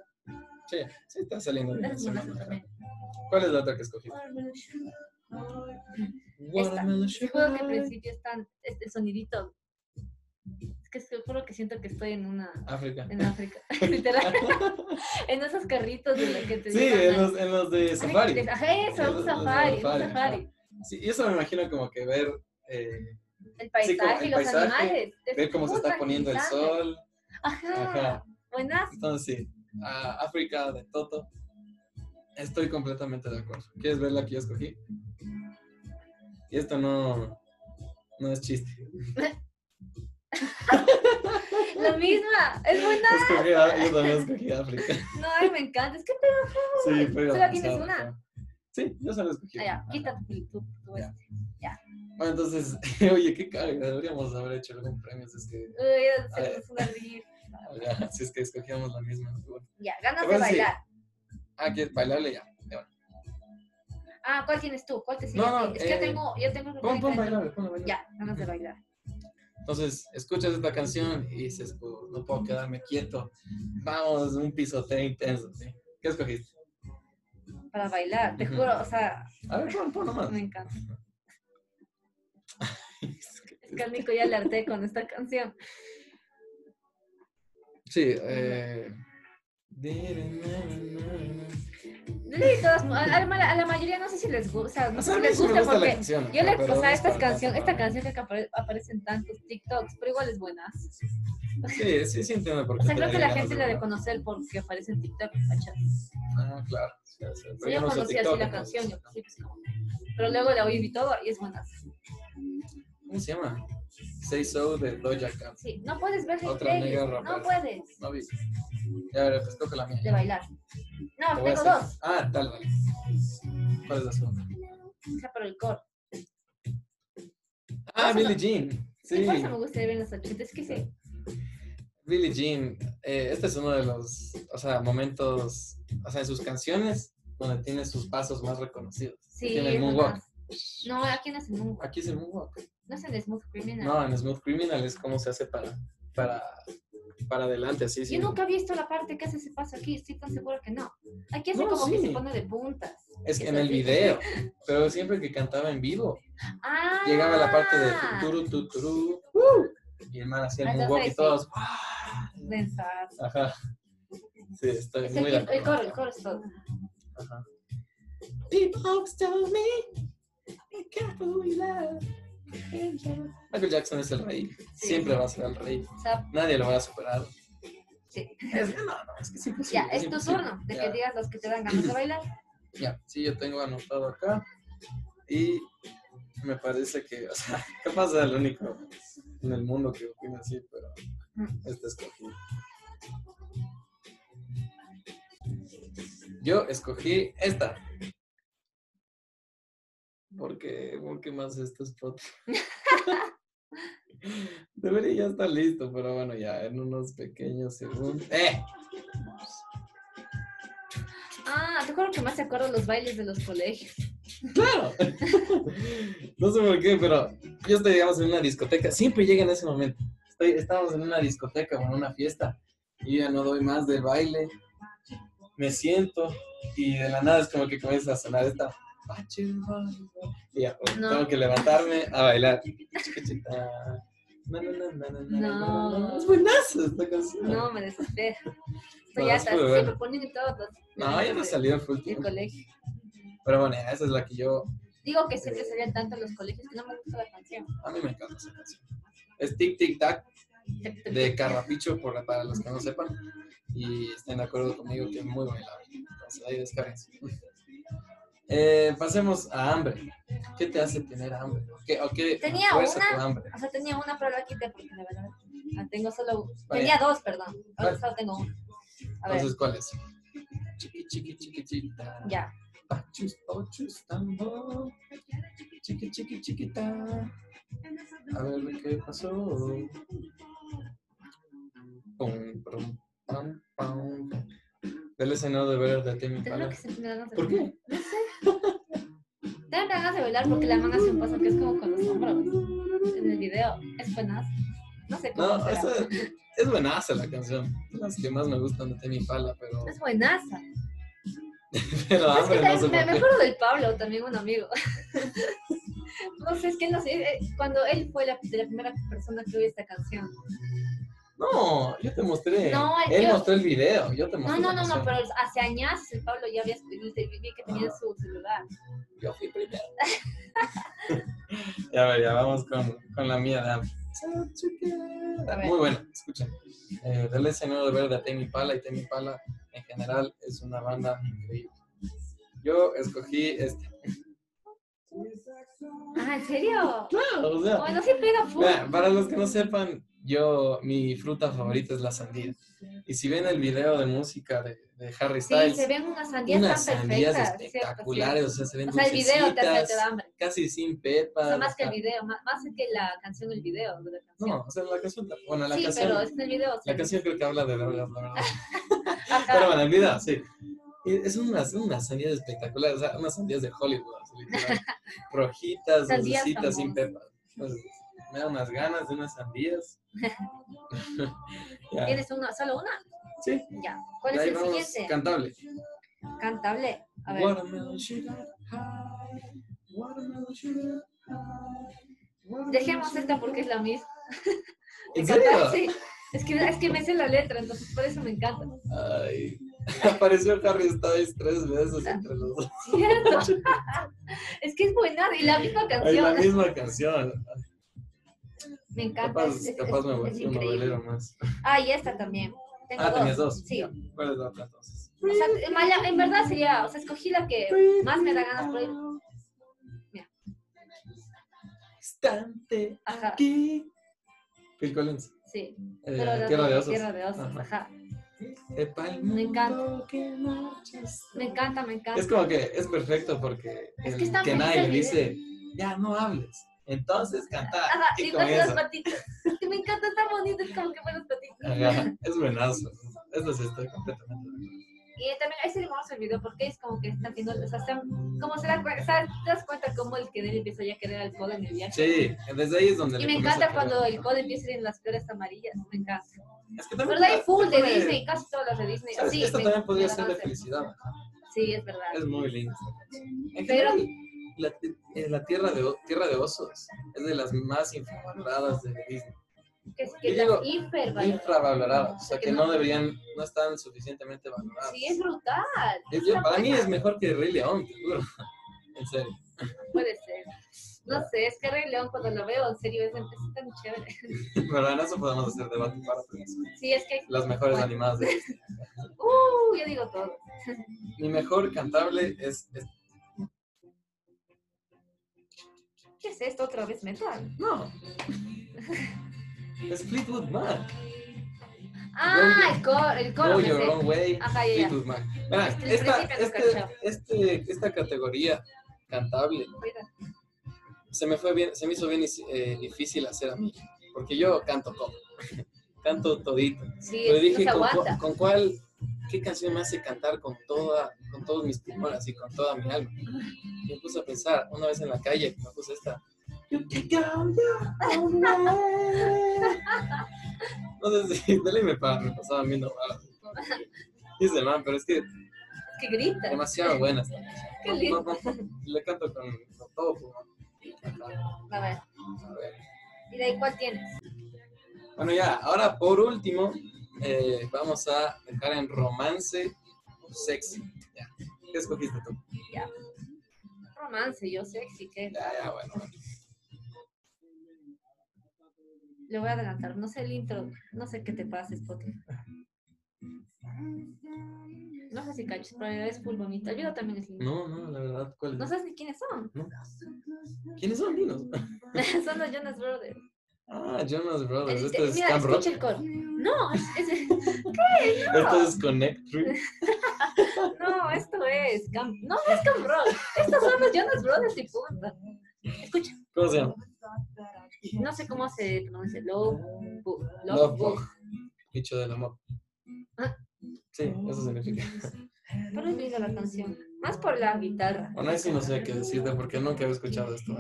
A: Sí, sí está saliendo
B: Esa
A: bien.
B: es
A: sí,
B: buena
A: ajá.
B: también.
A: ¿Cuál es la otra que escogiste?
C: Watermelon sugar.
B: Esta.
A: Watermelon
B: Yo creo que al
A: sugar.
B: principio están, este el sonidito. Es que yo creo que siento que estoy en una,
A: África.
B: en África, literal. en esos carritos de los que te
A: Sí,
B: llevan
A: en
B: al-
A: los, en los de
B: Ajá,
A: Safari.
B: es- Ajá, eso,
A: Los-
B: un
A: los de
B: safari, un
A: safari,
B: safari.
A: Sí, y eso me imagino como que ver, eh,
B: El
A: Sí, como
B: paisaje,
A: el
B: los
A: paisaje,
B: animales. es
A: ver cómo se
B: full
A: está poniendo el
B: tranquilizante.
A: sol.
B: Ajá.
A: Ajá.
B: Buenas.
A: Entonces, sí, a África de Toto. Estoy completamente de acuerdo. ¿Quieres ver la que yo escogí? Y esto no, no es chiste.
B: La misma. Es buena.
A: Escogí a- yo también escogí África.
B: No, ay, me encanta. Es que te
A: Sí, pero.
B: ¿Solo tienes
A: o sea,
B: una?
A: Sí, yo solo escogí.
B: Ah,
A: una.
B: ya,
A: Ajá.
B: quita tu, tu, tu
A: Ya.
B: este.
A: Bueno, entonces, oye, qué carga. Deberíamos haber hecho algún premio si es que,
B: Uy, ya se nos va a reír.
A: ya, si es que escogíamos la misma. Bueno.
B: Ya, ganas
A: Ahora
B: de
A: sí.
B: bailar.
A: Ah, ¿quieres bailarle ya? de una.
B: Ah, ¿cuál tienes tú? ¿Cuál te sigue?
A: No,
B: a
A: no,
B: ti? es que
A: eh,
B: yo tengo, yo tengo que
A: Pon, pon
B: bailar.
A: bailarle, pon bailarle.
B: Ya, ganas de bailar.
A: Entonces, escuchas esta canción y dices, "Pu- no puedo quedarme quieto. Vamos, un pisoteo intenso. ¿sí? ¿Qué escogiste?
B: Para bailar, te
A: Ujú.
B: juro, o sea,
A: A ver, pon, pon nomás.
B: me encanta. Es que al Nico ya le harté con esta canción.
A: Sí, eh...
B: No le di todas- a, a la- a la mayoría no sé si les gusta, no
A: O
B: sé
A: sea, a
B: si
A: mí
B: les
A: sí me
B: gusta
A: gusta la
B: porque
A: canción.
B: yo le,
A: pero
B: o sea,
A: es
B: estas
A: para
B: canción,
A: tanto,
B: esta
A: ¿no?
B: canción que apare- aparece en tantos TikToks, pero igual es buena.
A: Sí, sí, sí entiendo por qué.
B: O sea,
A: te
B: creo que la
A: ganas
B: gente
A: de
B: la debe
A: bailar.
B: conocer porque aparece en TikTok, ¿cachai?
A: Ah, claro. Sí, sí, pero
B: Sí,
A: yo
B: yo
A: no uso
B: conocí así
A: TikTok,
B: la
A: entonces,
B: canción, yo,
A: ¿no?
B: sí, pues, como- pero luego la oí y todo y es buena.
A: ¿Cómo se llama? Say So de Doja Cat.
B: Sí, no puedes ver la
A: Otra
B: playlist,
A: negra
B: no
A: rapera.
B: puedes.
A: No vi. Ya, a ver, pues toca la mía.
B: de bailar. No,
A: Te voy a
B: tengo
A: hacer-
B: dos.
A: Ah, tal, vez. ¿Cuál es la segunda?
B: O sea, pero el core.
A: Ah,
B: Eso
A: Billie
B: no.
A: Jean.
B: Sí.
A: Sí,
B: Por eso me gusta ver los ochitos. Es que sí.
A: Billie Jean. eh, este es uno de los, o sea, momentos, o sea, en sus canciones, donde tiene sus pasos más reconocidos.
B: Sí,
A: Tiene el
B: es
A: moonwalk.
B: más. No, aquí no es el moonwalk.
A: Aquí es el moonwalk.
B: No es el smooth criminal.
A: No, en Smooth Criminal es cómo se hace para, para, para adelante, así.
B: Yo
A: sin-
B: nunca he visto la parte que hace ese paso aquí. Estoy tan segura que no. Aquí hace
A: No,
B: como que
A: sí.
B: se pone de puntas.
A: Es
B: que
A: en
B: es
A: el
B: así.
A: video, pero siempre que cantaba en vivo,
B: Ah.
A: llegaba la parte de tuturu, tuturu, ¡uh! y el man hacía
B: Ah,
A: el
B: ya
A: moonwalk
B: sé,
A: y
B: sí.
A: todos. ¡ah!
B: Pensar.
A: Ajá. Sí, estoy
B: Es el,
A: muy de
B: el
A: acuerdo.
B: coro, el coro es todo.
A: Ajá. People tell me, be careful with love. Michael Jackson es el rey. Siempre va a ser el rey.
B: O sea,
A: Nadie lo va a superar.
B: Sí.
A: Es, no, no, es que es imposible.
B: ya, es tu
A: imposible.
B: turno de
A: Ya,
B: que digas los que te dan ganas de bailar.
A: ya. sí, yo tengo anotado acá. Y me parece que, o sea, capaz sea el único en el mundo que opina así, pero
B: Mm.
A: este escogí. Yo escogí esta. Porque, ¿por qué más este spot? Debería ya estar listo, pero bueno, ya en unos pequeños segundos. ¡Eh!
B: Ah, te juro que más te acuerdo los bailes de los colegios.
A: ¡Claro! no sé por qué, pero yo estoy, digamos, en una discoteca. Siempre llega en ese momento. Estoy, estamos en una discoteca o en una fiesta. Y yo ya no doy más del baile. Me siento. Y de la nada es como que comienza a sonar esta. Y ya, oh,
B: No.
A: tengo que levantarme a bailar. Chiquitita. Na, na, na, na, na, na, na, na, na.
B: No.
A: Es buenazo esta canción.
B: No, me desespera. Estoy
A: No, es
B: hasta
A: muy
B: siempre
A: bueno.
B: ponen en todos los.
A: No, ya no salió el full
B: del
A: tiempo.
B: colegio.
A: Pero bueno, esa es la que yo
B: Digo que siempre salían tanto en los colegios que no me gusta la canción.
A: A mí me encanta esa canción. Es Tic Tic Tac de Carrapicho, por, para los que no sepan. Y estén de acuerdo conmigo que es muy bailable. Entonces ahí descarguense. Eh, pasemos a hambre. ¿Qué te hace tener hambre? ¿O qué, o qué
B: Tenía
A: fuerza
B: una.
A: tu hambre?
B: O sea, tenía una, pero la quité porque la verdad. ah, tengo solo. un-
A: Vale.
B: Tenía dos, perdón. Ahora
A: Vale.
B: solo tengo una. A ver,
A: Entonces, ¿cuál es? Chiqui, chiqui, chiqui, chiquita.
B: ya.
A: Pachus, ochus, tambor. Chiqui, chiqui, chiquita. A ver, ¿qué pasó? Pum, pum, pam, pam. Del escenario de ver de Timmy
B: Te juro
A: Impala.
B: que se me dan ganas de
A: ¿Por qué?
B: Te dan ganas de bailar porque la man hace un paso que es como con los hombros. En el video es buenas. No sé cómo
A: No,
B: será.
A: esa- es buenaza la canción. Es las que más me gustan de Timmy Impala, pero,
B: Es buenaza.
A: pero
B: Es que
A: hambre no
B: también
A: sé
B: me,
A: por
B: me
A: qué.
B: acuerdo del Pablo, también un amigo. no sé, es que no sé, eh, cuando él fue la, de la primera persona que oyó esta canción.
A: No, yo te mostré.
B: No, el-
A: Él
B: yo-
A: mostró el video, yo te
B: No,
A: mostré.
B: no,
A: la
B: no, no,
A: canción.
B: pero hace años el Pablo ya había escrito, vi que tenía en su celular.
A: Yo fui primero. ya ver, ya vamos con, con la mía de hambre.
B: A ver.
A: Muy buena, escuchen. Eh, del escenario de ver de Timmy Impala y Timmy Impala en general es una banda increíble. Yo escogí este. esta.
B: Ah, ¿en serio?
A: Claro, o sea,
B: Bueno, siempre era full.
A: Vea, para los que no sepan, yo, mi fruta favorita es la sandía. Y si ven el video de música de, de Harry
B: Sí,
A: Styles,
B: se ven unas sandías
A: unas
B: tan
A: sandías
B: perfectas. cierto,
A: espectaculares, o sea, se ven
B: cierto. O sea, el video te hace te da
A: dulcecitas,
B: hambre.
A: casi sin
B: O
A: pepas.
B: sea, más que el
A: ajá.
B: video, más, más que la canción, el video de la canción.
A: No, o sea, la canción, bueno, la
B: sí,
A: canción,
B: pero es en el video. o sea,
A: la canción creo que habla de drogas, la verdad.
B: ajá.
A: Pero bueno, el video, sí. Y Es unas, unas sandías espectaculares, o sea, unas sandías de Hollywood, así, literal. rojitas,
B: Sandías
A: dulcecitas, sin
B: famosas.
A: pepas. Entonces, me da unas ganas de unas sandías. Ya.
B: ¿Tienes una, solo una?
A: Sí.
B: Ya. ¿Cuál es
A: Ahí
B: el
A: vamos,
B: siguiente?
A: Cantable.
B: Cantable. A ver.
A: Watermelon sugar high, watermelon sugar high.
B: Dejemos esta porque es la misma.
A: ¿En
B: Cantar,
A: serio?
B: sí. Es que, es que me sé la letra, entonces por eso me encanta.
A: Ay, apareció Harry Styles tres veces entre los dos.
B: ¿Cierto? es que es buena y la misma
A: Ay, la
B: canción.
A: misma canción.
B: Me encanta.
A: Capaz,
B: es, es-
A: capaz me
B: es
A: volví un
B: increíble.
A: novelero más.
B: Ah, y esta también. Tengo
A: Ah,
B: dos.
A: tenías dos.
B: Sí. O
A: ¿Cuál es la otra entonces?
B: sea, en mala- en verdad sería, o sea, escogí la que
A: Pues,
B: más me da ganas pues, por ir.
A: ah. Instante
B: Ajá.
A: aquí. Phil Collins.
B: Sí.
A: Eh,
B: Pero la
A: Tierra de
B: otra,
A: Osos.
B: Tierra de osos.
A: Ajá.
B: Ajá.
A: Epa, el
B: Me encanta.
A: mundo que marchas tú.
B: Me encanta, me encanta.
A: Es como que es perfecto porque
B: Es
A: el
B: que está
A: que
B: bonito
A: nadie
B: el
A: dice, ya no hables, entonces canta.
B: Ajá,
A: y
B: y con
A: comienza.
B: los patitas. Es que me encanta, está bonito, es como que con los patitas.
A: Ajá, es buenazo. Eso sí, estoy completamente. de acuerdo.
B: Y también ahí se hermoso el video porque es como que están viendo, o sea, están, como se da cuenta, o sea, te das cuenta cómo el que él empieza ya a querer alcohol en el viaje.
A: Sí, desde ahí es donde.
B: Y
A: le
B: me
A: comienza
B: encanta
A: a querer.
B: cuando el code empieza en las flores amarillas, me encanta.
A: Es que
B: Pero
A: también.
B: hay full de
A: pone-
B: Disney, casi todas las de Disney.
A: ¿sabes?
B: Sí,
A: Esta
B: me-
A: también podría
B: me
A: ser de
B: conoce.
A: felicidad. ajá.
B: Sí, es verdad.
A: Es muy linda. esta canción. En
B: Pero-
A: general, la, eh, la tierra, de, O- tierra de Osos es de las más infravaloradas de Disney.
B: Que es
A: yo
B: que la
A: digo,
B: hipervalor-
A: Infravaloradas. O sea,
B: Que
A: que
B: no-
A: no deberían, no están suficientemente valoradas.
B: Sí, es brutal.
A: Es- yo-
B: Está
A: para mí
B: buena.
A: es mejor que Rey León, te juro. En serio.
B: Puede ser. No sé, es que Rey León cuando lo veo, en serio, es, es tan chévere.
A: Pero en eso podemos hacer debate para otras.
B: Sí, es que,
A: Las mejores animadas de Disney.
B: uh, yo digo todo.
A: Mi mejor cantable es, es-
B: ¿Qué es esto otra vez metal?
A: No. Es Fleetwood Mac.
B: Ah, el coro, el coro.
A: Go
B: me
A: Your
B: sé.
A: Own Way.
B: Ajá, ya, ya.
A: Fleetwood Mac. Verán,
B: Desde el
A: esta,
B: principio
A: este-
B: no cachaba.
A: este- esta categoría cantable
B: Mira,
A: se me fue bien, se me hizo bien eh, difícil hacer a mí. Porque yo canto todo. canto todito.
B: Sí,
A: Pero
B: es-
A: dije,
B: no
A: ¿con,
B: se
A: cu-
B: aguanta.
A: con cuál, qué canción me hace cantar con, toda, con todos mis pulmones y con toda mi alma? Y me puse a pensar, una vez en la calle, me puse esta. You can go your own way. No sé si dale me, pa- me pasaba viendo raro. Dice, man, pero es que
B: Es que grita.
A: demasiado buena esta canción.
B: Qué lindo.
A: No, no, no, Le canto con, con todo pulmón.
B: A
A: A
B: ver,
A: ver.
B: ¿y de ahí cuál tienes?
A: Bueno, ya, ahora por último, eh, vamos a dejar en romance sexy. Ya. ¿Qué escogiste tú?
B: Ya. Romance, yo sé, sí que
A: Ya, ya, bueno. bueno.
B: lo voy a adelantar. No sé el intro, no sé qué te pasa, Spotify. No sé si cachas, pero es full bonito. El video también es lindo.
A: No, no, la verdad, ¿cuál es?
B: No sabes ni quiénes son.
A: No. ¿Quiénes son Dinos?
B: son los Jonas Brothers.
A: Ah, Jonas Brothers.
B: Es-
A: Esto es
B: mira,
A: Camp Rock.
B: escucha el coro. No, es, es-
A: Esto Este es Connect Tree.
B: no, esto es. Camp, no, no es Camp Rock. Estos son los Jonas Brothers y punta. Escucha,
A: ¿Cómo se llama?
B: no sé cómo se pronuncia. Love, Book,
A: Love
B: Book.
A: dicho del amor.
B: Ah.
A: Sí, eso significa.
B: Pero es linda la canción. Más por la guitarra.
A: Bueno, eso no sé qué decirte porque nunca había escuchado esto.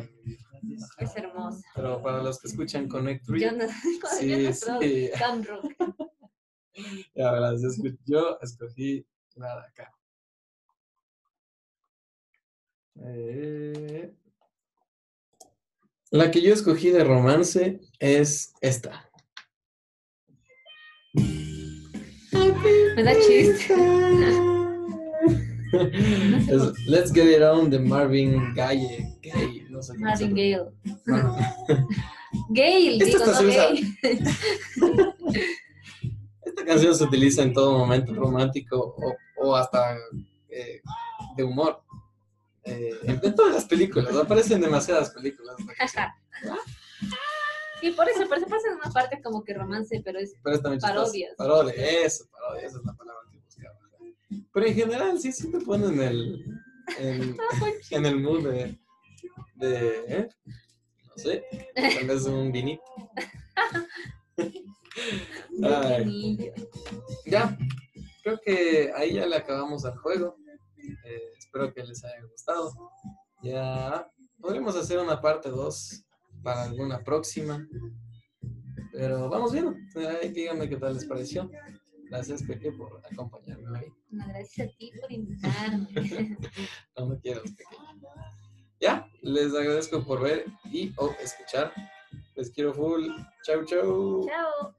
B: Es hermosa.
A: Pero para los que escuchan Connect
B: Yo
A: Three,
B: no, yo
A: sí,
B: no soy
A: sí.
B: glam rock.
A: La verdad, yo, escu- yo escogí la de acá. Eh, La que yo escogí de romance es esta.
B: Me da chiste.
A: Es Let's Get It On de Marvin Gaye. Gaye, no sé cómo se
B: Marvin
A: pronuncia.
B: Gale.
A: Mar-
B: Gale,
A: Esta
B: digo,
A: está
B: no
A: suiza.
B: gay.
A: Esta canción se utiliza en todo momento romántico o, o hasta eh, de humor. Eh, en todas las películas, aparecen demasiadas películas. esta canción,
B: Sí, por eso, por eso pasa en una parte como que romance, pero es
A: pero es también chistosa.
B: Parodias.
A: Parodia, eso, parodia, esa es la palabra que buscaba. Pero en general, sí, sí te ponen en el, en, en el mood de, de, ¿eh? no sé, tal vez un vinito. Ay.
B: niño.
A: Ya, creo que ahí ya le acabamos al juego. Eh, espero que les haya gustado. Ya podremos hacer una parte 2 para alguna próxima. Pero vamos viendo. Ahí díganme qué tal les pareció. Gracias, Peque, por acompañarme hoy.
B: No, Gracias a ti por invitarme.
A: No me quieras, Peque. Ya, les agradezco por ver y o escuchar. Les quiero full. Chau, chau.
B: Chao.